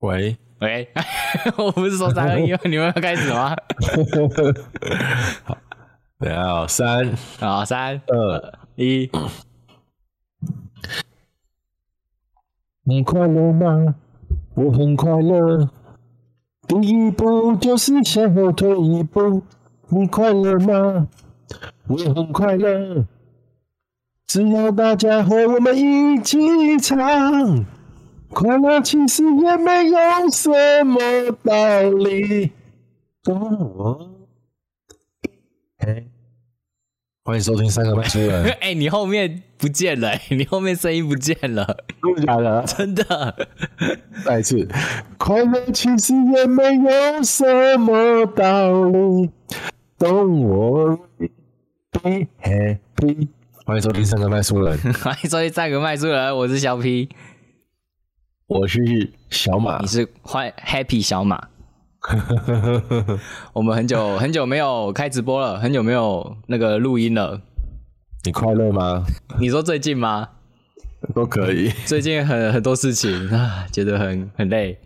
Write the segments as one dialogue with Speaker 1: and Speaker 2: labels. Speaker 1: 喂，
Speaker 2: 喂， 我不是说三二一吗？你们要开始吗？
Speaker 1: 等一下、
Speaker 3: 啊
Speaker 1: 哦，三
Speaker 2: 好，三
Speaker 1: 二，
Speaker 2: 一，
Speaker 3: 你快乐吗？我很快乐。第一步就是向后退一步。你快乐吗？我很快乐。只要大家和我们一起唱，快乐其实也没有什么道理。哦，哎，欢迎收听三个半熟人，
Speaker 2: 哎、你后面不见了、哎你后面声音不见了，
Speaker 3: 真的假的？
Speaker 2: 真的。
Speaker 3: 再一次，快乐其实也没有什么道理，Don't worry, be happy。欢迎收听三个麦书 人，
Speaker 2: 欢迎收听战个麦书人，我是小 P，
Speaker 1: 我是小马
Speaker 2: 你，是欢 Happy 小马。我们很久很久没有开直播了，很久没有那个录音了。
Speaker 3: 你快乐吗？
Speaker 2: 你说最近吗？
Speaker 1: 都可以，
Speaker 2: 最近很很多事情啊，觉得很很累。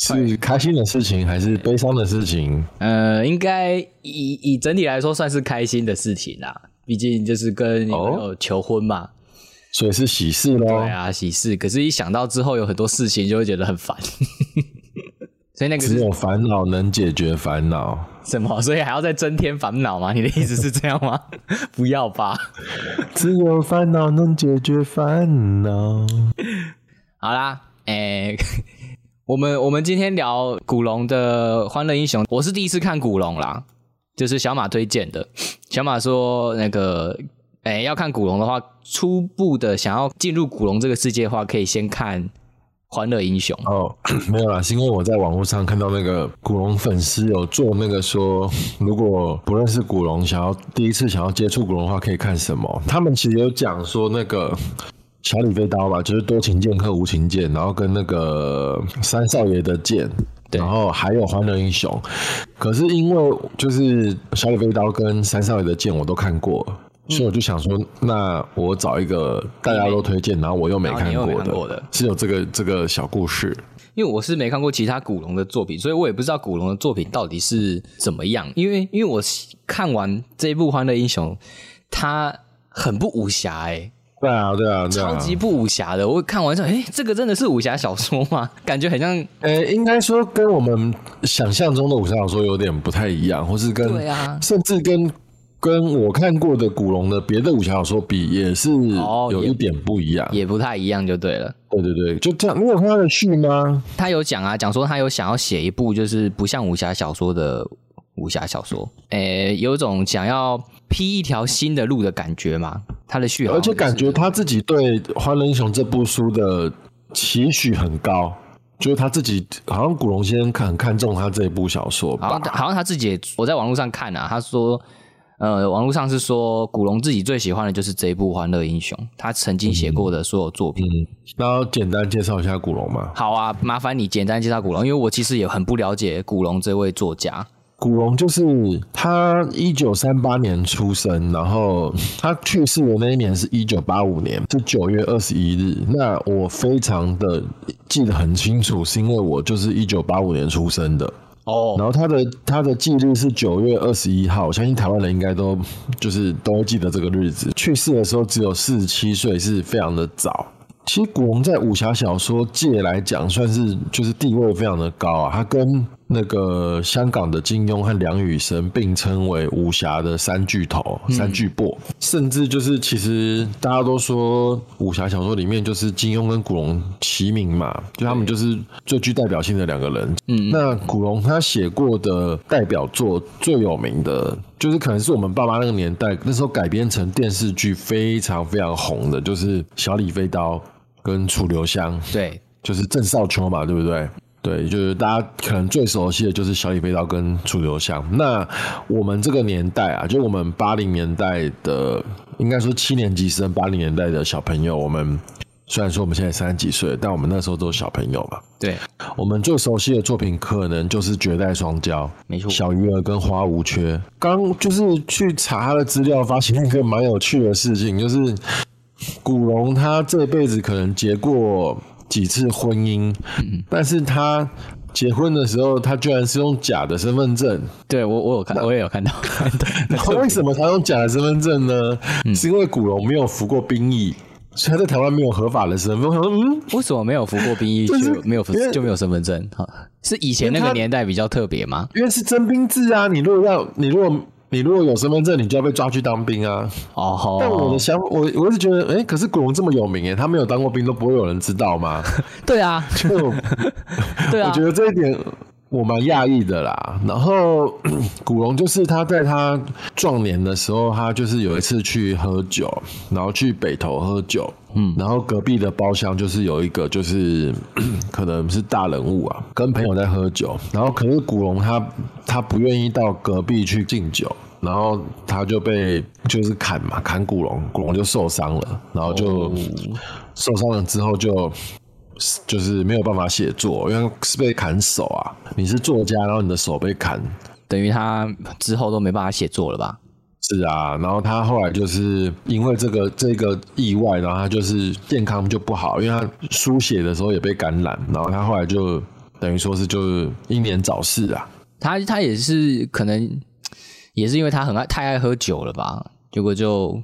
Speaker 3: 是开心的事情还是悲伤的事情？
Speaker 2: 呃，应该以以整体来说算是开心的事情啦，毕竟就是跟女朋友求婚嘛，
Speaker 3: 所以是喜事喽。
Speaker 2: 对啊，喜事。可是，一想到之后有很多事情，就会觉得很烦。 所以那个
Speaker 3: 只
Speaker 2: 是
Speaker 3: 有烦恼能解决烦恼，
Speaker 2: 什么？所以还要再增添烦恼吗？你的意思是这样吗？ 不要吧。
Speaker 3: 只有烦恼能解决烦恼。
Speaker 2: 好啦，诶、 我们我们今天聊古龙的《欢乐英雄》，我是第一次看古龙啦，就是小马推荐的。小马说那个，诶、要看古龙的话，初步的想要进入古龙这个世界的话，可以先看《欢乐英雄》。
Speaker 3: 哦， 没有啦，是因为我在网络上看到那个古龙粉丝有做那个说，如果不认识古龙，想要第一次想要接触古龙的话，可以看什么？他们其实有讲说那个小李飞刀吧，就是多情剑客无情剑，然后跟那个三少爷的剑。
Speaker 2: 对
Speaker 3: 然后还有欢乐英雄，可是因为就是小李飞刀跟三少爷的剑我都看过，所以我就想说，那我找一个大家都推荐，然后我又没
Speaker 2: 然后
Speaker 3: 看
Speaker 2: 你又没
Speaker 3: 过
Speaker 2: 看过
Speaker 3: 的
Speaker 2: 的，
Speaker 3: 是有这个这个小故事。
Speaker 2: 因为我是没看过其他古龙的作品，所以我也不知道古龙的作品到底是怎么样。因为因为我看完这一部《欢乐英雄》，它很不武侠哎、
Speaker 3: 对啊，对啊，对啊。
Speaker 2: 超级不武侠的。我看完之后，哎、这个真的是武侠小说吗？感觉很像。
Speaker 3: 呃，应该说跟我们想象中的武侠小说有点不太一样，或是跟
Speaker 2: 对啊
Speaker 3: 甚至跟跟我看过的古龙的别的武侠小说比，也是
Speaker 2: 哦
Speaker 3: 有
Speaker 2: 也
Speaker 3: 一点不一样。
Speaker 2: 也不太一样，就对了。
Speaker 3: 对对对，就这样。你有看他的序吗？
Speaker 2: 他有讲啊，讲说他有想要写一部就是不像武侠小说的武侠小说，诶、有种想要劈一条新的路的感觉嘛。他的续航
Speaker 3: 而且
Speaker 2: 就是
Speaker 3: 感觉他自己对《欢乐英雄》这部书的期许很高，就是他自己好像古龙先生看很看重他这一部小说
Speaker 2: 好
Speaker 3: 吧
Speaker 2: 像。好像他自己也，我在网络上看啊，他说，呃，网络上是说古龙自己最喜欢的就是这一部《欢乐英雄》，他曾经写过的所有作品。
Speaker 3: 嗯，那要简单介绍一下古龙嘛。
Speaker 2: 好啊，麻烦你简单介绍古龙，因为我其实也很不了解古龙这位作家。
Speaker 3: 古龙就是他一九三八年出生，然后他去世的那一年是一九八五年，是九月二十一日。那我非常的记得很清楚，是因为我就是一九八五年出生的。
Speaker 2: 哦，
Speaker 3: 然后他的他的忌日是九月二十一号，我相信台湾人应该都就是都会记得这个日子。去世的时候只有四十七岁，是非常的早。其实古龙在武侠小说界来讲，算是就是地位非常的高啊。他跟那个香港的金庸和梁羽生并称为武侠的三巨头、三巨擘，甚至就是其实大家都说武侠小说里面就是金庸跟古龙齐名嘛，就他们就是最具代表性的两个人。那古龙他写过的代表作最有名的，就是可能是我们爸妈那个年代，那时候改编成电视剧非常非常红的，就是《小李飞刀》跟《楚留香》，
Speaker 2: 对，
Speaker 3: 就是郑少秋嘛，对不对？对，就是大家可能最熟悉的就是《小李飞刀》跟《楚留香》。那我们这个年代啊，就我们八零年代的，应该说七年级生、八零年代的小朋友，我们虽然说我们现在三十几岁，但我们那时候都是小朋友嘛。
Speaker 2: 对，
Speaker 3: 我们最熟悉的作品可能就是《绝代双骄》，
Speaker 2: 没错
Speaker 3: 小鱼儿跟花无缺。刚就是去查他的资料，发现一个蛮有趣的事情，就是古龙他这辈子可能结过。几次婚姻，
Speaker 2: 嗯
Speaker 3: 但是他结婚的时候，他居然是用假的身 份证。
Speaker 2: 对我我有看，我也有 看到。
Speaker 3: 然后为什么他用假的身份证呢？
Speaker 2: 嗯
Speaker 3: 是因为古龙没有服过兵役，所以他在台湾没有合法的身份。我想说，嗯，
Speaker 2: 为什么没有服过兵役
Speaker 3: 就是
Speaker 2: 就没有服
Speaker 3: 因为
Speaker 2: 就没有身份证？哈，是以前那
Speaker 3: 因
Speaker 2: 个
Speaker 3: 为他
Speaker 2: 年代比较特别吗？
Speaker 3: 因为是征兵制啊，你如果要，你如果你如果有身份证，你就要被抓去当兵啊。
Speaker 2: 哦吼，
Speaker 3: 但我的想，我我是觉得，哎、可是古龙这么有名，哎，他没有当过兵都不会有人知道吗？
Speaker 2: 对啊，
Speaker 3: 就
Speaker 2: 对
Speaker 3: 我
Speaker 2: 啊
Speaker 3: 觉，得这一点我蛮讶异的啦。然后 古龙就是他在他壮年的时候，他就是有一次去喝酒，然后去北投喝酒，嗯，然后隔壁的包厢就是有一个就是 可能是大人物啊，跟朋友在喝酒，然后可是古龙他他不愿意到隔壁去敬酒。然后他就被就是砍嘛，砍古龙，古龙就受伤了，然后
Speaker 2: 哦
Speaker 3: 就受伤了之后就就是没有办法写作，因为是被砍手啊。你是作家，然后你的手被砍，
Speaker 2: 等于他之后都没办法写作了吧？
Speaker 3: 是啊。然后他后来就是因为这个这个意外，然后他就是健康就不好，因为他书写的时候也被感染，然后他后来就等于说是就是英年早逝啊。
Speaker 2: 他他也是可能也是因为他很爱太爱喝酒了吧，结果就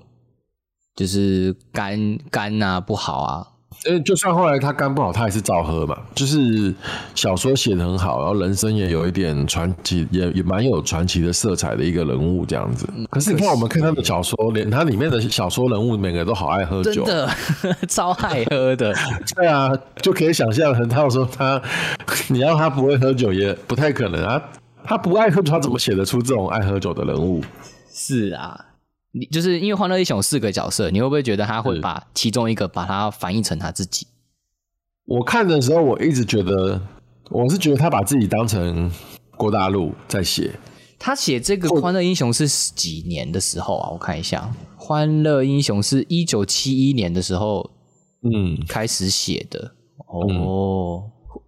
Speaker 2: 就是肝肝啊不好啊，
Speaker 3: 因呃为就算后来他肝不好，他也是照喝嘛。就是小说写得很好，然后人生也有一点传奇，也也蛮有传奇的色彩的一个人物这样子。可是你看，我们看他的小说，连他里面的小说人物每个都好爱喝
Speaker 2: 真
Speaker 3: 酒，
Speaker 2: 的 超爱喝的，
Speaker 3: 对啊，就可以想象很他有说他， 你要他不会喝酒也不太可能啊。他不爱喝酒，他怎么写得出这种爱喝酒的人物？
Speaker 2: 是啊。你就是因为《欢乐一雄》有四个角色，你会不会觉得他会
Speaker 3: 是
Speaker 2: 把其中一个把它翻译成他自己？
Speaker 3: 我看的时候，我一直觉得，我是觉得他把自己当成郭大陆在写。
Speaker 2: 他写这个
Speaker 3: 哦
Speaker 2: 《欢乐英雄》是几年的时候啊？我看一下，《欢乐英雄》是一九七一年的时候
Speaker 3: 嗯，
Speaker 2: 开始写的。哦，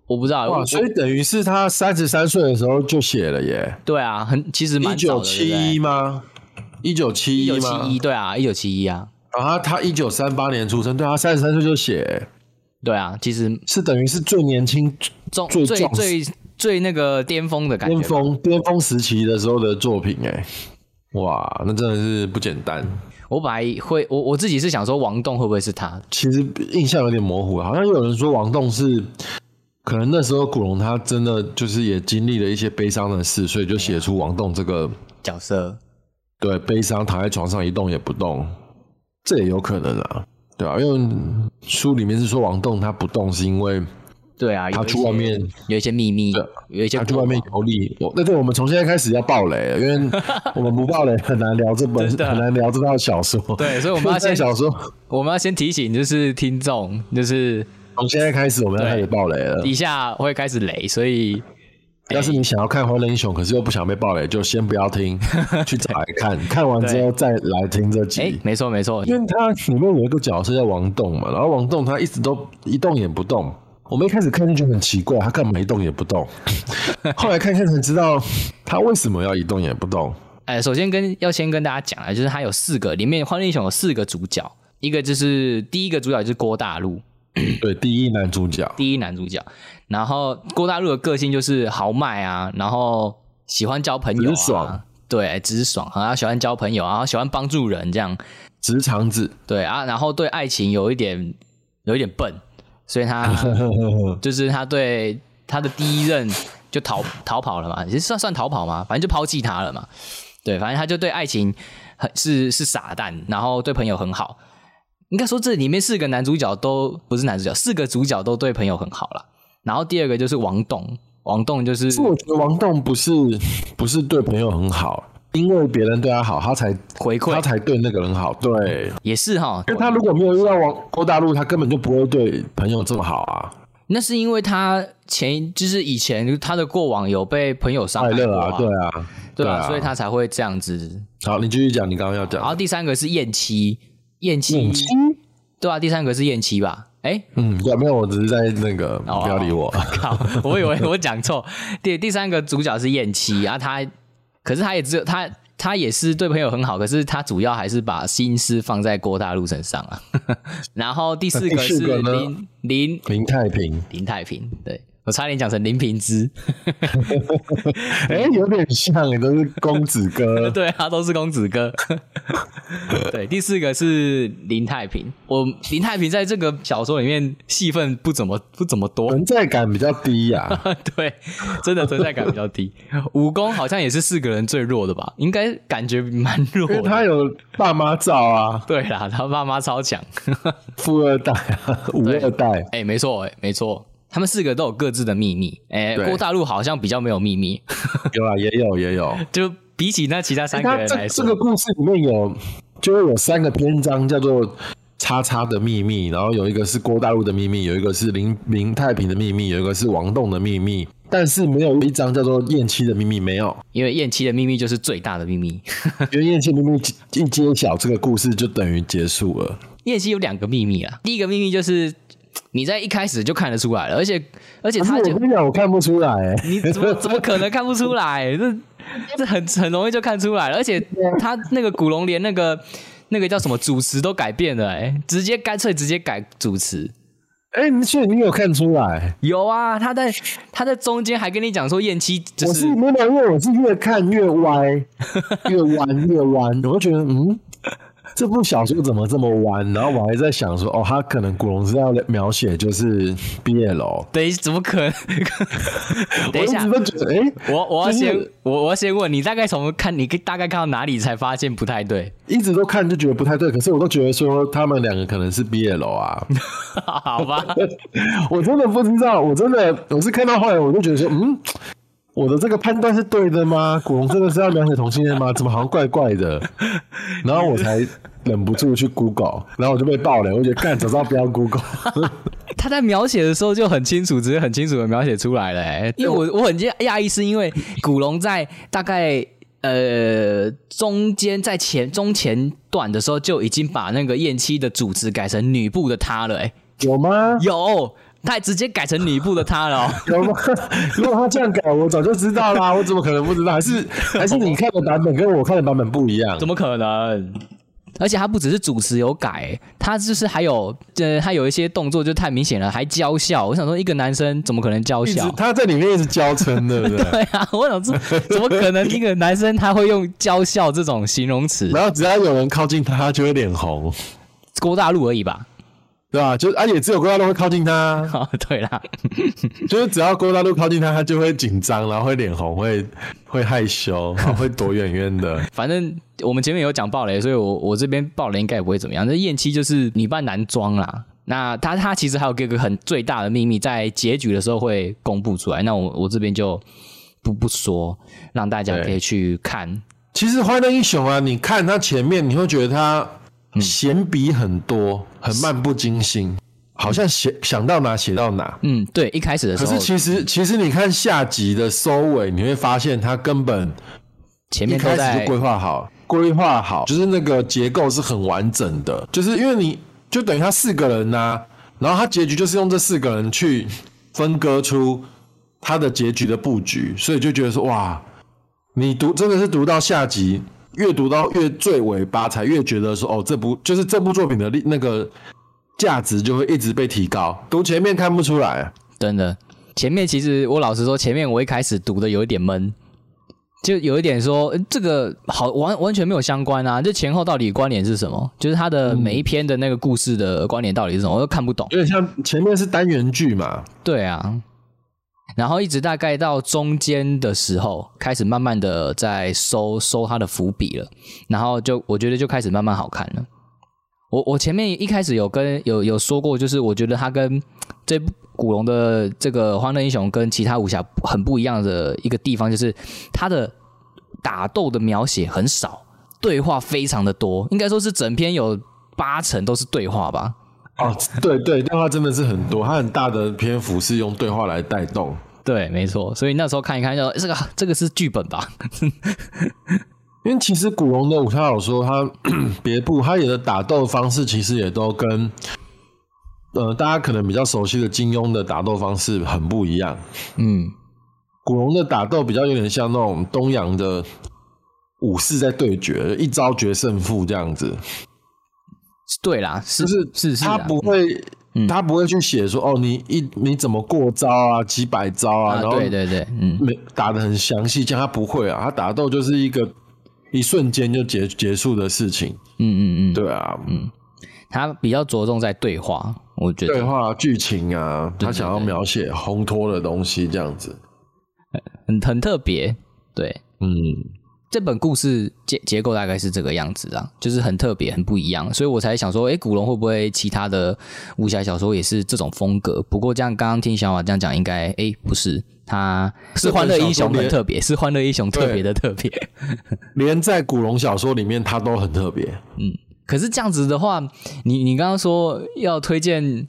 Speaker 2: 我不知道，
Speaker 3: 哇，
Speaker 2: 我
Speaker 3: 所以等于是他三十三岁的时候就写了耶，
Speaker 2: 对啊，很其实
Speaker 3: 一
Speaker 2: 蛮早
Speaker 3: 九
Speaker 2: 的，
Speaker 3: 七一吗？一九七
Speaker 2: 一
Speaker 3: 一
Speaker 2: 九
Speaker 3: 吗？
Speaker 2: 七一，对啊，一九七一啊，
Speaker 3: 然后他一九三八年出生，对他三十三岁就写，
Speaker 2: 对啊，其实
Speaker 3: 是等于是最年轻
Speaker 2: 中最
Speaker 3: 最
Speaker 2: 最
Speaker 3: 壮
Speaker 2: 最最那个巅峰的感觉
Speaker 3: 巅
Speaker 2: 吧，
Speaker 3: 峰巅峰时期的时候的作品哎，哇，那真的是不简单。
Speaker 2: 我本来会我我自己是想说王栋会不会是他？
Speaker 3: 其实印象有点模糊，好像有人说王栋是，可能那时候古龙他真的就是也经历了一些悲伤的事，所以就写出王栋这个
Speaker 2: 角色，
Speaker 3: 对，悲伤躺在床上一动也不动，这也有可能啊，对啊，因为书里面是说王栋他不动是因为
Speaker 2: 对啊，
Speaker 3: 他
Speaker 2: 有一
Speaker 3: 去
Speaker 2: 些
Speaker 3: 外面啊
Speaker 2: 有一些秘密，有一些
Speaker 3: 他去外面游历。我那对，我们从现在开始要爆雷了，因为我们不爆雷很难聊这本，很难聊这套小说。
Speaker 2: 对所以我们要
Speaker 3: 这
Speaker 2: 先
Speaker 3: 小说
Speaker 2: 我们要先提醒就是听众，就是
Speaker 3: 从现在开始我们要开始爆雷了。
Speaker 2: 底下会开始雷，所以
Speaker 3: 要是你想要看《欢乐英雄》，可是又不想被爆雷，就先不要 听，去找来看，看完之后再来听这集。
Speaker 2: 哎、没错没错，
Speaker 3: 嗯因为他里面有一个角色叫王栋嘛，然后王栋他一直都一动也不动。我们一开始看就觉得很奇怪，他干嘛一动也不动？后来看看才知道他为什么要一动也不动。
Speaker 2: 哎，首先跟要先跟大家讲啊，就是它有四个，里面《欢乐英雄》有四个主角，一个就是第一个主角就是郭大陆，
Speaker 3: 对，第一男主角
Speaker 2: 第一男主角。然后郭大陆的个性就是豪迈啊，然后喜欢交朋友、啊，
Speaker 3: 直爽，
Speaker 2: 对，直爽，然后喜欢交朋友，然后喜欢帮助人这样，
Speaker 3: 直肠子，
Speaker 2: 对啊，然后对爱情有一点有一点笨，所以他就是他对他的第一任就逃逃跑了嘛，其实算算逃跑嘛，反正就抛弃他了嘛。对，反正他就对爱情很是是傻蛋，然后对朋友很好。应该说这里面四个男主角都不是男主角，四个主角都对朋友很好了。然后第二个就是王栋，王栋就是
Speaker 3: 是我觉得王栋不是不是对朋友很好，因为别人对他好，他才
Speaker 2: 回
Speaker 3: 他
Speaker 2: 馈，
Speaker 3: 才对那个人好。对，
Speaker 2: 也是哈，
Speaker 3: 因为他如果没有遇到王郭大陆，他根本就不会对朋友这么好啊。
Speaker 2: 那是因为他前就是以前他的过往有被朋友伤
Speaker 3: 快
Speaker 2: 害
Speaker 3: 乐
Speaker 2: 过
Speaker 3: 啊，对啊，
Speaker 2: 对
Speaker 3: 啊，
Speaker 2: 啊，所以他才会这样子。
Speaker 3: 好，你继续讲，你刚刚要
Speaker 2: 然后
Speaker 3: 讲
Speaker 2: 第三个是燕妻，燕妻，
Speaker 3: 燕妻
Speaker 2: 对啊，第三个是燕妻吧？哎，
Speaker 3: 嗯，对，没有，我只是在那个，
Speaker 2: 哦
Speaker 3: 不要理我。
Speaker 2: 靠， 我以为我讲错。第第三个主角是燕妻啊，他可是他也只有他他也是对朋友很好，可是他主要还是把心思放在郭大陆身上啊。 然后第四个
Speaker 3: 哦那第
Speaker 2: 是
Speaker 3: 四个呢
Speaker 2: 林林
Speaker 3: 林太平，
Speaker 2: 林太平，对我差点讲成林平之，
Speaker 3: 哎、有点像，都是公子 哥。
Speaker 2: 对啊，都是公子哥。 对，第四个是林太平，我林太平在这个小说里面戏份不怎么不怎么多，
Speaker 3: 存在感比较低啊呀、
Speaker 2: 对，真的存在感比较低。武功好像也是四个人最弱的吧，应该感觉蛮弱
Speaker 3: 因
Speaker 2: 的。
Speaker 3: 为他有爸妈照啊，
Speaker 2: 对啦，他爸妈超强。
Speaker 3: 富二代啊，五
Speaker 2: 对
Speaker 3: 二代，
Speaker 2: 哎、没错，哎，没错，他们四个都有各自的秘密。哎、
Speaker 3: 对
Speaker 2: 郭大陆好像比较没有秘密，
Speaker 3: 有啊，也有也有。
Speaker 2: 就比起那其他三个
Speaker 3: 哎他
Speaker 2: 人
Speaker 3: 这
Speaker 2: 来
Speaker 3: 这
Speaker 2: 说，
Speaker 3: 个故事里面有，就是有三个篇章叫做“叉叉的秘密”，然后有一个是郭大陆的秘密，有一个是林林太平的秘密，有一个是王栋的秘密，但是没有一章叫做燕妻的秘密，没有，
Speaker 2: 因为燕妻的秘密就是最大的秘密。
Speaker 3: 因为燕妻的秘密一揭晓，这个故事就等于结束了。
Speaker 2: 燕妻有两个秘密啊，第一个秘密就是你在一开始就看得出来了，而且而且
Speaker 3: 可是
Speaker 2: 他就
Speaker 3: 我跟你讲，我看不出来、欸，
Speaker 2: 你怎么怎么可能看不出来？这这很很容易就看出来了，而且他那个古龙连那个那个叫什么主持都改变了、哎，直接干脆直接改主持。
Speaker 3: 哎、你所以你有看出来？
Speaker 2: 有啊，他在他在中间还跟你讲说燕妻就
Speaker 3: 我
Speaker 2: 是
Speaker 3: 是没有，因为我是越看越 歪，越弯越弯，我就觉得嗯，这部小说怎么这么弯？然后我还在想说，哦，他可能古龙是要描写就是毕业楼。
Speaker 2: 等一怎么可能？ 等一下，
Speaker 3: 我一直都觉得，哎、
Speaker 2: 我我要
Speaker 3: 就是
Speaker 2: 先我我要先问你，大概从看你大概看到哪里才发现不太对？
Speaker 3: 一直都看就觉得不太对，可是我都觉得说他们两个可能是毕业楼啊，
Speaker 2: 好吧，
Speaker 3: 我真的不知道，我真的我是看到后来我就觉得说，嗯，我的这个判断是对的吗？古龙真的是要描写同性恋吗？怎么好像怪怪的？然后我才忍不住去 Google，然后我就被爆了，我觉得干，早知道不要 Google。
Speaker 2: 他在描写的时候就很清楚，直接很清楚的描写出来了、欸。因为我我很讶讶异，是因为古龙在大概呃中间在前中前段的时候就已经把那个燕妻的主持改成女部的她了、欸。
Speaker 3: 有吗？
Speaker 2: 有，他还直接改成女部的她了、哦。
Speaker 3: 有吗？ 如果他这样改，我早就知道啦，我怎么可能不知道？还是还是你看的版本跟我看的版本不一 样
Speaker 2: 怎？么可能？而且他不只是主持有改，他就是还有，呃，他有一些动作就太明显了，还娇笑。我想说，一个男生怎么可能娇
Speaker 3: 一直
Speaker 2: 笑？
Speaker 3: 他在里面一直娇嗔，对不对？
Speaker 2: 对啊，我想说，怎么可能一个男生他会用娇笑这种形容词？
Speaker 3: 然后只要有人靠近他，他就会脸红，
Speaker 2: 郭大陆而已吧？
Speaker 3: 对吧？就而且只有郭大陆会靠近他，
Speaker 2: 哦，对啦，
Speaker 3: 就是只要郭大陆靠近他，他就会紧张，然后会脸红，会会害羞，然后会躲远远的。
Speaker 2: 反正我们前面有讲暴雷，所以我我这边暴雷应该也不会怎么样。那燕妻就是女扮男装啦。那他他其实还有一个很最大的秘密，在结局的时候会公布出来。那我我这边就不不说，让大家可以去看。
Speaker 3: 其实《欢乐英雄》啊，你看他前面，你会觉得他闲笔很多，很漫不经心，好像写想到哪写到哪。
Speaker 2: 嗯，对，一开始的时
Speaker 3: 可
Speaker 2: 候
Speaker 3: 是，其实其实你看下集的收尾，你会发现他根本
Speaker 2: 前
Speaker 3: 一
Speaker 2: 面都
Speaker 3: 开始
Speaker 2: 在
Speaker 3: 就规划好，规划好，就是那个结构是很完整的，就是因为你就等于他四个人呐、啊然后他结局就是用这四个人去分割出他的结局的布局，所以就觉得说哇，你读真的是读到下集，越读到越最尾巴，才越觉得说哦，这部就是这部作品的力那个价值就会一直被提高，读前面看不出来。
Speaker 2: 真的，前面其实我老实说，前面我一开始读的有一点闷，就有一点说呃这个好完完全没有相关啊，就前后到底关联是什么？就是它的每一篇的那个故事的关联到底是什么，我都看不懂。
Speaker 3: 有点像前面是单元剧嘛，
Speaker 2: 对啊，然后一直大概到中间的时候，开始慢慢的在收收它的伏笔了，然后就我觉得就开始慢慢好看了。我我前面一开始有跟有有说过，就是我觉得它跟这部古龙的这个《欢乐英雄》跟其他武侠很不一样的一个地方，就是它的打斗的描写很少，对话非常的多，应该说是整篇有八成都是对话吧。
Speaker 3: 哦，对对，对话真的是很多，它很大的篇幅是用对话来带动。
Speaker 2: 对，没错，所以那时候看一看就，哎这个这个是剧本吧？
Speaker 3: 因为其实古龙的武侠小说，它 别部它也的打斗方式其实也都跟呃大家可能比较熟悉的金庸的打斗方式很不一样。
Speaker 2: 嗯，
Speaker 3: 古龙的打斗比较有点像那种东洋的武士在对决，一招决胜负这样子，
Speaker 2: 对啦，是
Speaker 3: 就是
Speaker 2: 是是啊，嗯
Speaker 3: 他不会。他不会去写说哦，你一你怎么过招啊，几百招啊，
Speaker 2: 啊，
Speaker 3: 然后
Speaker 2: 对对对，嗯，
Speaker 3: 没打的很详细，这样他不会啊，他打斗就是一个一瞬间就结结束的事情，
Speaker 2: 嗯嗯嗯，
Speaker 3: 对啊，
Speaker 2: 他比较着重在对话，我觉
Speaker 3: 对
Speaker 2: 得
Speaker 3: 话剧情啊，他想要描写烘托的东西这样子，
Speaker 2: 很很特别。对，
Speaker 3: 嗯，
Speaker 2: 这本故事结结构大概是这个样子啊，就是很特别、很不一样，所以我才想说，诶，哎古龙会不会其他的武侠小说也是这种风格？不过这样刚刚听小马这样讲，应该诶，不是，他是《欢乐英雄》很特别，是《欢乐英雄》特别的特别。
Speaker 3: 连在古龙小说里面他都很特别，
Speaker 2: 可是这样子的话，你你刚刚说要推荐，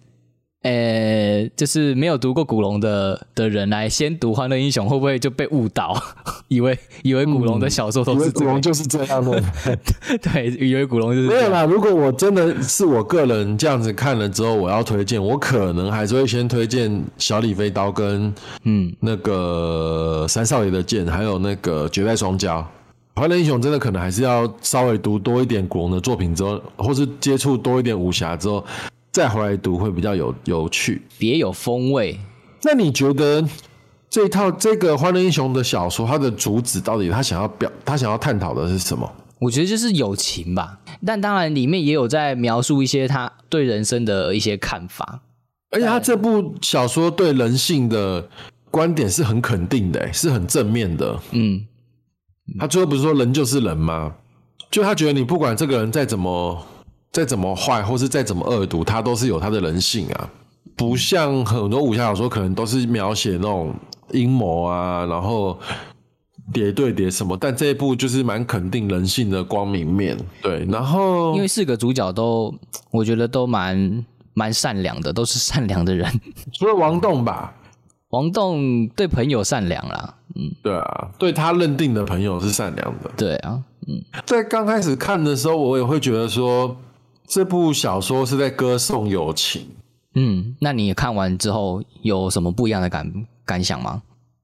Speaker 2: 呃，就是没有读过古龙的的人来先读《欢乐英雄》，会不会就被误导， 以为以为古龙的小说
Speaker 3: 因
Speaker 2: 都
Speaker 3: 为
Speaker 2: 是这
Speaker 3: 古
Speaker 2: 个？
Speaker 3: 龙就是这样的。
Speaker 2: 对，嗯以为古龙就是
Speaker 3: 没
Speaker 2: 这
Speaker 3: 有
Speaker 2: 样
Speaker 3: 啦，如果我真的是我个人这样子看了之后，我要推荐，我可能还是会先推荐《小李飞刀》跟
Speaker 2: 嗯
Speaker 3: 那个《三少爷的剑》，还有那个《绝代双骄》。欢乐英雄真的可能还是要稍微读多一点古龙的作品之后，或是接触多一点武侠之后，再回来读会比较有有趣。
Speaker 2: 别有风味。
Speaker 3: 那你觉得这一套这个《欢乐英雄》的小说，它的主旨到底他想要表他想要探讨的是什么？
Speaker 2: 我觉得就是友情吧，但当然里面也有在描述一些他对人生的一些看法。
Speaker 3: 而
Speaker 2: 哎
Speaker 3: 且他这部小说对人性的观点是很肯定的、欸是很正面的。
Speaker 2: 嗯，
Speaker 3: 他最后不是说人就是人吗？就他觉得你不管这个人再怎么再怎么坏，或是再怎么恶毒，他都是有他的人性啊。不像很多武侠小说可能都是描写那种阴谋啊，然后叠对叠什么，但这一部就是蛮肯定人性的光明面。对，然后
Speaker 2: 因为四个主角都，我觉得都蛮蛮善良的，都是善良的人。
Speaker 3: 除了王栋吧，
Speaker 2: 王栋对朋友善良啦，
Speaker 3: 对啊，对他认定的朋友是善良的。
Speaker 2: 对啊，
Speaker 3: 在刚开始看的时候，我也会觉得说，这部小说是在歌颂友情，
Speaker 2: 嗯，那你看完之后有什么不一样的感感想吗？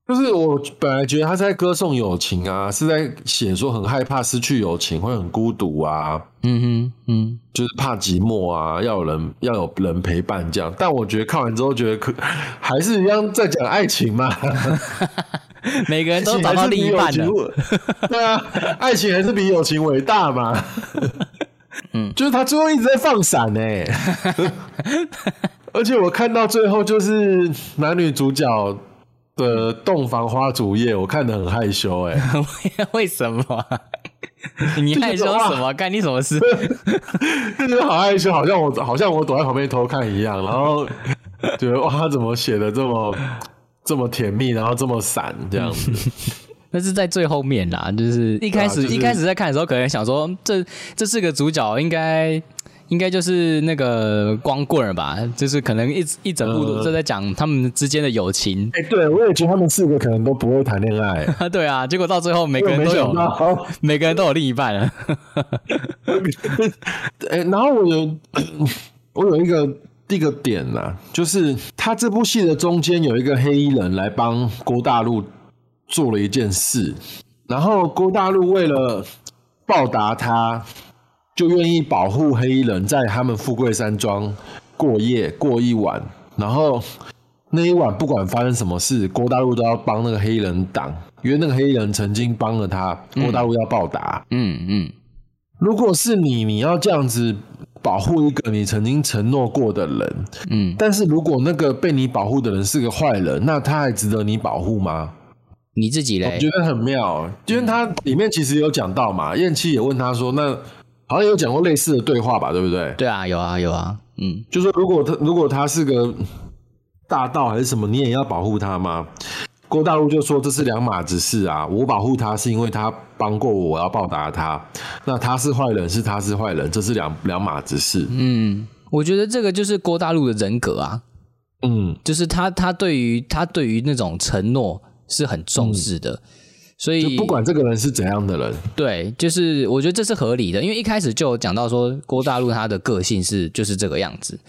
Speaker 3: 就是我本来觉得他是在歌颂友情啊，是在写说很害怕失去友情，会很孤独啊，
Speaker 2: 嗯哼，嗯，
Speaker 3: 就是怕寂寞啊，要有人要有人陪伴这样。但我觉得看完之后，觉得可还是一样在讲爱情嘛，
Speaker 2: 每个人都找到另一半
Speaker 3: 爱情还
Speaker 2: 了
Speaker 3: 是比。 友情伟对啊，爱情还是比友情伟大 嘛。嗯，就是他最后一直在放闪呢、 而且我看到最后就是男女主角的洞房花烛夜，我看得很害羞哎、
Speaker 2: 为什么啊？你害羞什么？干你什么事？
Speaker 3: 就觉得好害羞，好像我好像我躲在旁边偷看一样，然后觉得哇，他怎么写的这么这么甜蜜，然后这么闪这 样子。欸
Speaker 2: 那是在最后面啦，就是一开始、
Speaker 3: 对啊就是
Speaker 2: 一开始在看的时候，可能想说嗯这这四个主角应该应该就是那个光棍儿吧，就是可能一一整部都
Speaker 3: 呃
Speaker 2: 都在讲他们之间的友情
Speaker 3: 哎、对我也觉得他们四个可能都不会谈恋爱，
Speaker 2: 啊。对啊，结果到最后每
Speaker 3: 因
Speaker 2: 个
Speaker 3: 为
Speaker 2: 人
Speaker 3: 没
Speaker 2: 都
Speaker 3: 想
Speaker 2: 有，
Speaker 3: 到。
Speaker 2: 每个人都有另一半了。
Speaker 3: 哎、然后我有我有一个一个点呐、就是他这部戏的中间有一个黑衣人来帮郭大陆做了一件事，然后郭大陆为了报答他，就愿意保护黑衣人在他们富贵山庄过夜过一晚，然后那一晚不管发生什么事，郭大陆都要帮那个黑衣人挡，因为那个黑衣人曾经帮了他，郭大陆要报答。
Speaker 2: 嗯嗯
Speaker 3: 如果是你，你要这样子保护一个你曾经承诺过的人，
Speaker 2: 嗯，
Speaker 3: 但是如果那个被你保护的人是个坏人，那他还值得你保护吗？
Speaker 2: 你自己
Speaker 3: 我
Speaker 2: 嘞
Speaker 3: 觉？得很妙，因为他里面其实有讲到嘛，燕七也问他说，那好像有讲过类似的对话吧，对不对？
Speaker 2: 对啊，有啊有啊，嗯
Speaker 3: 就说如果他如果他是个大盗还是什么，你也要保护他吗？郭大陆就说这是两码子事啊，我保护他是因为他帮过我，我要报答他。那他是坏人是他是坏人，这是两两码子事。
Speaker 2: 嗯，我觉得这个就是郭大陆的人格啊，
Speaker 3: 嗯，
Speaker 2: 就是他他对于他对于那种承诺是很重视的，所
Speaker 3: 就
Speaker 2: 以
Speaker 3: 不管这个人是怎样的人，
Speaker 2: 对，就是我觉得这是合理的，因为一开始就有讲到说郭大陆他的个性是就是这个样子，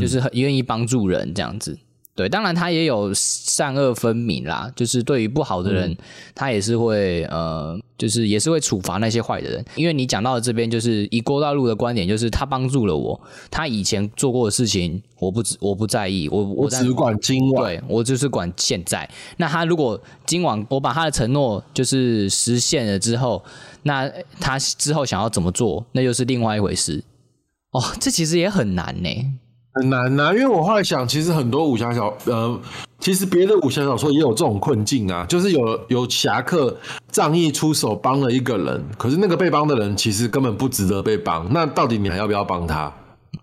Speaker 2: 就是很愿意帮助人这样子。对，当然他也有善恶分明啦，就是对于不好的人，他也是会呃，就是也是会处罚那些坏的人。因为你讲到的这边，就是以郭大陆的观点，就是他帮助了我，他以前做过的事情，我不我不在意，我
Speaker 3: 我
Speaker 2: 我在
Speaker 3: 只管今晚，
Speaker 2: 对我就是管现在。那他如果今晚我把他的承诺就是实现了之后，那他之后想要怎么做，那又是另外一回事。哦，这其实也很难呢、
Speaker 3: 很难呐、因为我后来想，其实很多武侠小，呃，其实别的武侠小说也有这种困境啊，就是有有侠客仗义出手帮了一个人，可是那个被帮的人其实根本不值得被帮，那到底你还要不要帮他？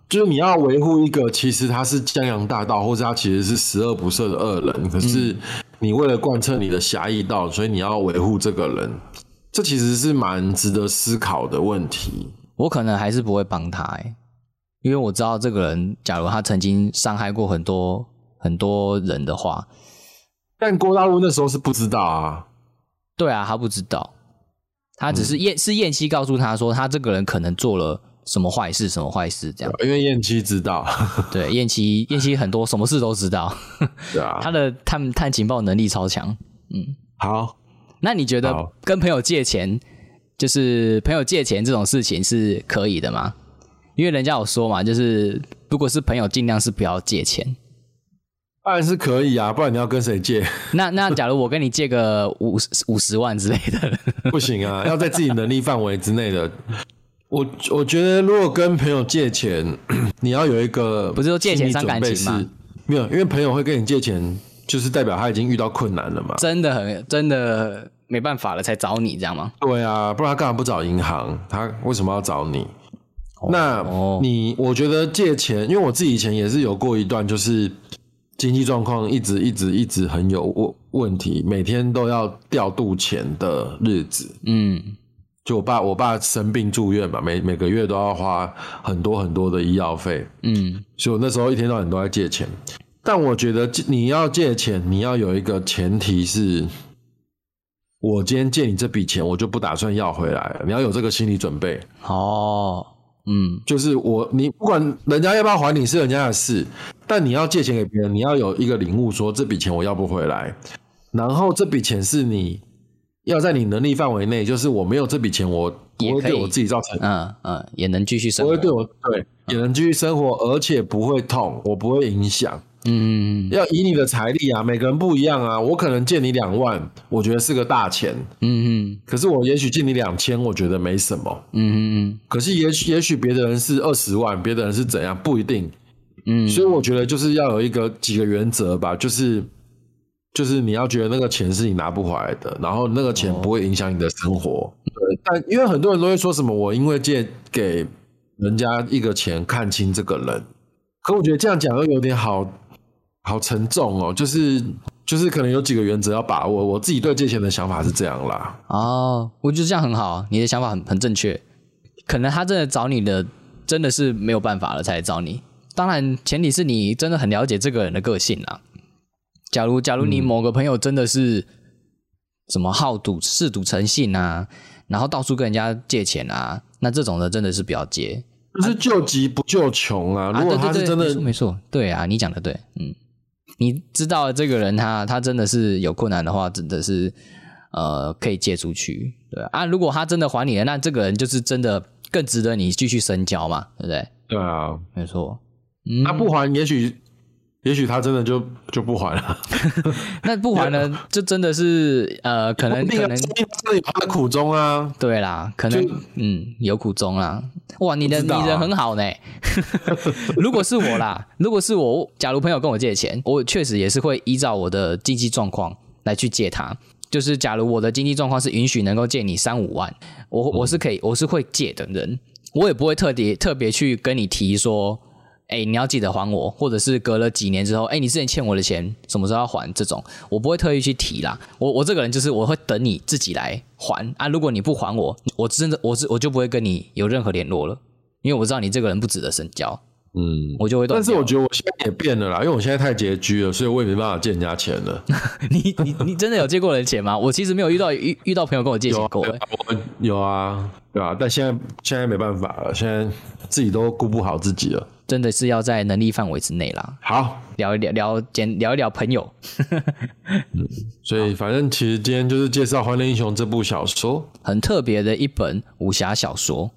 Speaker 3: 就是你要维护一个其实他是江洋大盗，或者他其实是十恶不赦的恶人，可是你为了贯彻你的侠义道，所以你要维护这个人，这其实是蛮值得思考的问题。
Speaker 2: 我可能还是不会帮他、欸，因为我知道这个人，假如他曾经伤害过很多很多人的话，
Speaker 3: 但郭大陆那时候是不知道啊，
Speaker 2: 对啊，他不知道，他只是燕、是燕西告诉他说，他这个人可能做了什么坏事，什么坏事这样。
Speaker 3: 因为燕七知道。
Speaker 2: 对，燕西燕西很多什么事都知道，
Speaker 3: 对啊，
Speaker 2: 他的探探情报能力超强。
Speaker 3: 好，
Speaker 2: 那你觉得
Speaker 3: 好
Speaker 2: 跟朋友借钱，就是朋友借钱这种事情是可以的吗？因为人家有说嘛，就是如果是朋友，尽量是不要借钱。
Speaker 3: 当然是可以啊，不然你要跟谁借？
Speaker 2: 那那假如我跟你借个五十五十万之类的，
Speaker 3: 不行啊，要在自己能力范围之内的。我我觉得，如果跟朋友借钱， 你要有一个
Speaker 2: 不是说借钱伤感情吗
Speaker 3: 心理准备是？没有，因为朋友会跟你借钱，就是代表他已经遇到困难了嘛。
Speaker 2: 真的很真的没办法了才找你，这样吗？
Speaker 3: 对啊，不然他干嘛不找银行？他为什么要找你？那
Speaker 2: 哦
Speaker 3: 你我觉得借钱，因为我自己以前也是有过一段，就是经济状况一直一直一直很有问问题，每天都要调度钱的日子。
Speaker 2: 嗯，
Speaker 3: 就我爸，我爸生病住院嘛，每每个月都要花很多很多的医药费，
Speaker 2: 嗯，
Speaker 3: 所以我那时候一天到晚都在借钱。但我觉得借你要借钱，你要有一个前提是，我今天借你这笔钱，我就不打算要回来了。你要有这个心理准备，
Speaker 2: 哦，嗯，
Speaker 3: 就是我你不管人家要不要还你是人家的事，但你要借钱给别人，你要有一个领悟说这笔钱我要不回来，然后这笔钱是你要在你能力范围内，就是我没有这笔钱，我
Speaker 2: 也
Speaker 3: 不会
Speaker 2: 可以
Speaker 3: 对我自己造成
Speaker 2: 嗯嗯，也能继续生
Speaker 3: 不
Speaker 2: 活。
Speaker 3: 会对
Speaker 2: 嗯
Speaker 3: 我对也能继续生活，而且不会痛，我不会影响。
Speaker 2: 嗯嗯
Speaker 3: 要以你的财力啊，每个人不一样啊。我可能借你两万，我觉得是个大钱，
Speaker 2: 嗯
Speaker 3: 可是我也许借你两千，我觉得没什么。
Speaker 2: 嗯嗯
Speaker 3: 可是也许也许别的人是二十万，别的人是怎样，不一定。
Speaker 2: 嗯
Speaker 3: 所以我觉得就是要有一个几个原则吧，就是就是你要觉得那个钱是你拿不回来的，然后那个
Speaker 2: 哦
Speaker 3: 钱不会影响你的生活。对，但因为很多人都会说什么我因为借给人家一个钱看清这个人，可我觉得这样讲又有点好好沉重哦，就是就是可能有几个原则要把握。我自己对借钱的想法是这样啦，
Speaker 2: 哦，我觉得这样很好，你的想法很很正确。可能他真的找你的，真的是没有办法了才来找你。当然，前提是你真的很了解这个人的个性啦。假如假如你某个朋友真的是什么好赌、嗜赌成性啊，然后到处跟人家借钱啊，那这种的真的是不要接。
Speaker 3: 就是救急不救穷啊。
Speaker 2: 啊，
Speaker 3: 如
Speaker 2: 对
Speaker 3: 果
Speaker 2: 对
Speaker 3: 他是
Speaker 2: 对，
Speaker 3: 真的
Speaker 2: 没错没错，对啊，你讲的对，嗯，你知道这个人他他真的是有困难的话，真的是呃可以借出去，对啊啊，如果他真的还你了，那这个人就是真的更值得你继续深交嘛，对不对？
Speaker 3: 对啊，
Speaker 2: 没错，嗯，
Speaker 3: 他不还，也许也许他真的就就不还了。
Speaker 2: 那不还呢，就真的是呃，可能
Speaker 3: 那
Speaker 2: 可
Speaker 3: 个
Speaker 2: 能
Speaker 3: 说明他真的有他的苦衷啊，
Speaker 2: 对啦，可能嗯有苦衷啦。哇，你的、
Speaker 3: 不知道啊
Speaker 2: 你人很好 呢。如果是我啦，如果是我，假如朋友跟我借钱，我确实也是会依照我的经济状况来去借他。就是假如我的经济状况是允许能够借你三五万，我我
Speaker 3: 嗯
Speaker 2: 是可以，我是会借的人，我也不会特别特别去跟你提说。哎、你要记得还我，或者是隔了几年之后，哎、你之前欠我的钱什么时候要还？这种我不会特意去提啦。我我这个人就是我会等你自己来还啊。如果你不还我，我真的我是我就不会跟你有任何联络了，因为我知道你这个人不值得深交。
Speaker 3: 嗯，
Speaker 2: 我就会断
Speaker 3: 但
Speaker 2: 掉。
Speaker 3: 是我觉得我现在也变了啦，因为我现在太拮据了，所以我也没办法借人家钱 了。
Speaker 2: 你你你真的有借过人钱吗？我其实没有遇到遇遇到朋友跟我借
Speaker 3: 有
Speaker 2: 钱
Speaker 3: 啊
Speaker 2: 过、
Speaker 3: 对
Speaker 2: 欸
Speaker 3: 啊，我有啊，对啊，但现在现在没办法了，现在自己都顾不好自己了。
Speaker 2: 真的是要在能力范围之内啦。
Speaker 3: 好，
Speaker 2: 聊一聊聊简聊一聊朋友，
Speaker 3: 所以反正其实今天就是介绍《欢乐英雄》这部小说。
Speaker 2: 很特别的一本武侠小说，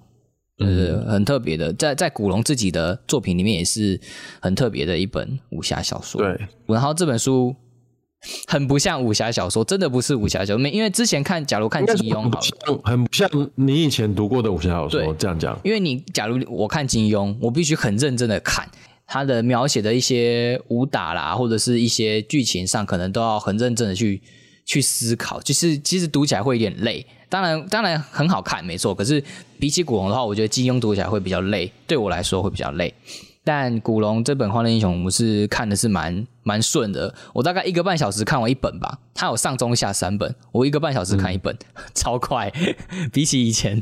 Speaker 3: 嗯
Speaker 2: 呃，很特别的，在在古龙自己的作品里面也是很特别的一本武侠小说。，
Speaker 3: 对，
Speaker 2: 然后这本书很不像武侠小说，真的不是武侠小说，因为之前看，假如看
Speaker 3: 应该
Speaker 2: 金
Speaker 3: 是
Speaker 2: 庸
Speaker 3: 很
Speaker 2: 好
Speaker 3: 不
Speaker 2: 了。
Speaker 3: 像，很不像你以前读过的武侠小
Speaker 2: 对
Speaker 3: 说。这样讲，
Speaker 2: 因为你假如我看金庸，我必须很认真的看他的描写的一些武打啦，或者是一些剧情上，可能都要很认真的去去思考。就是其实读起来会有点累，当然当然很好看，没错。可是比起古龙的话，我觉得金庸读起来会比较累，对我来说会比较累。但古龙这本《欢乐英雄》，我是看的是蛮蛮顺的，我大概一个半小时看完一本吧。它有上中下三本，我一个半小时看一本， 超快。比起以前，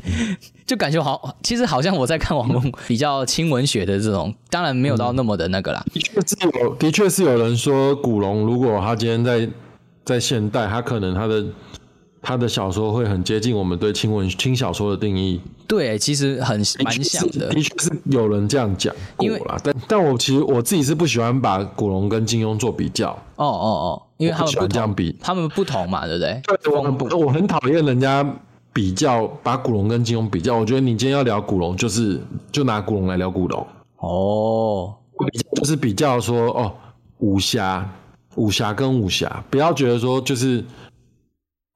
Speaker 2: 就感觉好，其实好像我在看网络比较轻文学的这种，当然没有到那么的那个啦。
Speaker 3: 的确是有，的确是有人说古龙，如果他今天在在现代，他可能他的他的小说会很接近我们对轻文轻小说的定义。
Speaker 2: 对，其实很蛮像 的。
Speaker 3: 的确是有人这样讲过
Speaker 2: 因为
Speaker 3: 啦，但但我其实我自己是不喜欢把古龙跟金庸做比较，
Speaker 2: 哦哦哦，因为他
Speaker 3: 我
Speaker 2: 们不
Speaker 3: 不喜欢这
Speaker 2: 同，
Speaker 3: 样比。
Speaker 2: 他们不同嘛，对不对？
Speaker 3: 对，我很我很讨厌人家比较把古龙跟金庸比较，我觉得你今天要聊古龙，就是就拿古龙来聊古龙，
Speaker 2: 哦，
Speaker 3: 比较就是比较说哦武侠武侠跟武侠，不要觉得说就是。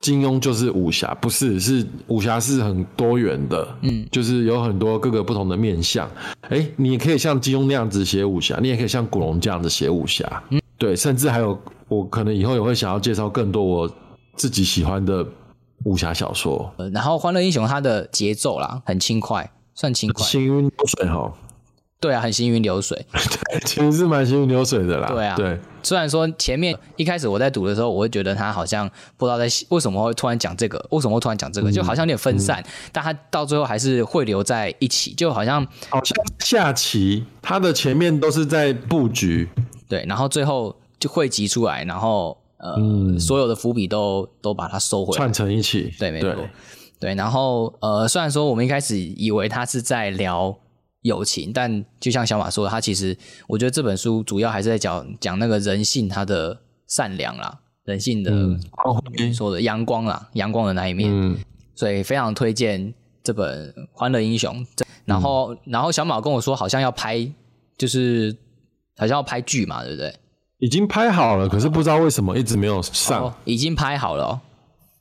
Speaker 3: 金庸就是武侠，不是是武侠是很多元的，嗯，就是有很多各个不同的面相。哎，你也可以像金庸那样子写武侠，你也可以像古龙这样子写武侠，嗯，对，甚至还有我可能以后也会想要介绍更多我自己喜欢的武侠小说，
Speaker 2: 呃然后《欢乐英雄》它的节奏啦，很轻快，算轻快，
Speaker 3: 行云流水哈，
Speaker 2: 对啊，很行云流水。
Speaker 3: 其实是蛮行云流水的啦，
Speaker 2: 对啊
Speaker 3: 对，
Speaker 2: 虽然说前面一开始我在读的时候，我会觉得他好像不知道在为什么会突然讲这个，为什么会突然讲这个，就好像有点分散，但他到最后还是汇流在一起，就好像
Speaker 3: 好像下棋，它的前面都是在布局，
Speaker 2: 对，然后最后就汇集出来，然后呃，所有的伏笔都都把它收回来，
Speaker 3: 嗯串成一起，
Speaker 2: 对，没错，对。然后呃，虽然说我们一开始以为他是在聊友情，但就像小马说的，他其实我觉得这本书主要还是在讲讲那个人性，他的善良啦，人性的、
Speaker 3: 光辉
Speaker 2: 说的阳光啦，阳光的那一面，
Speaker 3: 嗯，
Speaker 2: 所以非常推荐这本《欢乐英雄》这。然
Speaker 3: 嗯
Speaker 2: 后，然后小马跟我说，好像要拍，就是好像要拍剧嘛，对不对？
Speaker 3: 已经拍好了，可是不知道为什么一直没有上，
Speaker 2: 哦，已经拍好了、哦。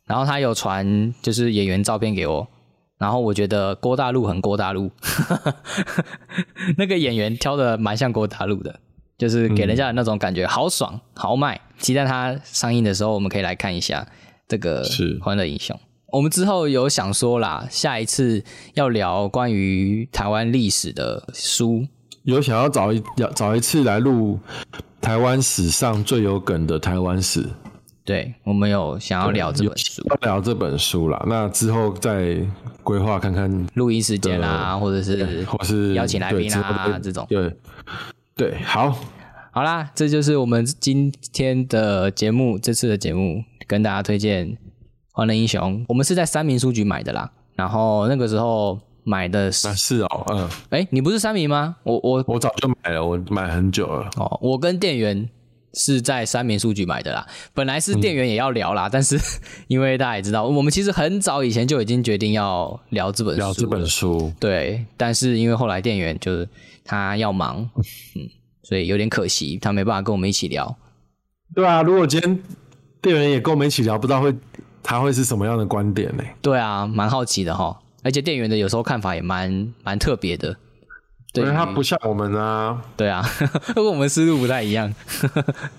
Speaker 2: 然后他有传就是演员照片给我，然后我觉得郭大陆很郭大陆， 那个演员挑的蛮像郭大陆的，就是给人家的那种感觉，好爽豪迈。期待他上映的时候，我们可以来看一下这个
Speaker 3: 是
Speaker 2: 《欢乐英雄》。我们之后有想说啦，下一次要聊关于台湾历史的书，
Speaker 3: 有想要找一要找一次来录台湾史上最有梗的台湾史，
Speaker 2: 对我们有想要聊这本书。
Speaker 3: 要聊这本书啦。那之后再规划看看，
Speaker 2: 录音时间啦，或者是
Speaker 3: 或是
Speaker 2: 邀请来宾
Speaker 3: 对之后
Speaker 2: 啊
Speaker 3: 再
Speaker 2: 这种。
Speaker 3: 对对，好，
Speaker 2: 好啦，这就是我们今天的节目，这次的节目跟大家推荐《欢乐英雄》，我们是在三民书局买的啦，然后那个时候买的是
Speaker 3: 那，是哦，嗯，
Speaker 2: 哎、你不是三民吗？我我
Speaker 3: 我早就买了，我买很久了。
Speaker 2: 哦，我跟店员是在三民书局买的啦。本来是店员也要聊啦，但是
Speaker 3: 嗯
Speaker 2: 因为大家也知道，我们其实很早以前就已经决定要聊这本书了，
Speaker 3: 聊这本书，
Speaker 2: 对，但是因为后来店员就是他要忙，嗯，所以有点可惜，他没办法跟我们一起聊。
Speaker 3: 对啊，如果今天店员也跟我们一起聊，不知道会他会是什么样的观点呢、
Speaker 2: 对啊，蛮好奇的哈，而且店员的有时候看法也蛮蛮特别的。对
Speaker 3: 因为他
Speaker 2: 于
Speaker 3: 不像我们啊，
Speaker 2: 对啊， 跟我们思路不太一样。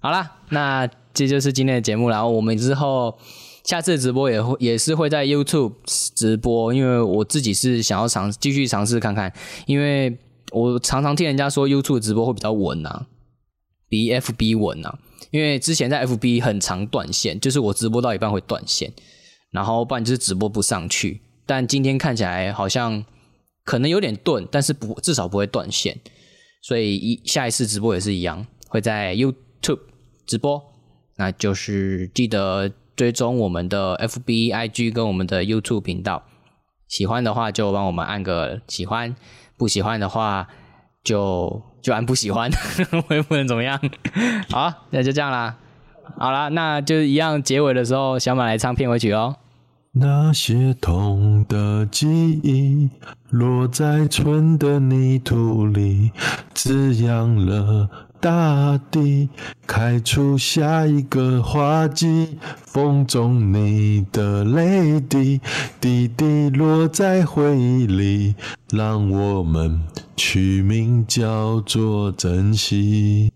Speaker 2: 好啦，那这就是今天的节目啦，然后我们之后下次直播也会也是会在 YouTube 直播，因为我自己是想要尝继续尝试看看，因为我常常听人家说 YouTube 直播会比较稳啊，比 FB 稳啊，因为之前在 FB 很常断线，就是我直播到一半会断线，然后不然就是直播不上去。但今天看起来好像可能有点钝，但是不至少不会断线。所以一下一次直播也是一样，会在 YouTube 直播，那就是记得追踪我们的 FB、IG 跟我们的 YouTube 频道。喜欢的话就帮我们按个喜欢，不喜欢的话就就按不喜欢， 我也不能怎么样。好啊，那就这样啦。好啦，那就一样，结尾的时候小马来唱片尾曲哦。
Speaker 3: 那些痛的记忆落在春的泥土里，滋养了大地，开出下一个花季。风中你的泪滴，滴滴落在回忆里，让我们取名叫做珍惜。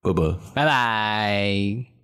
Speaker 3: 不不。
Speaker 2: 拜拜。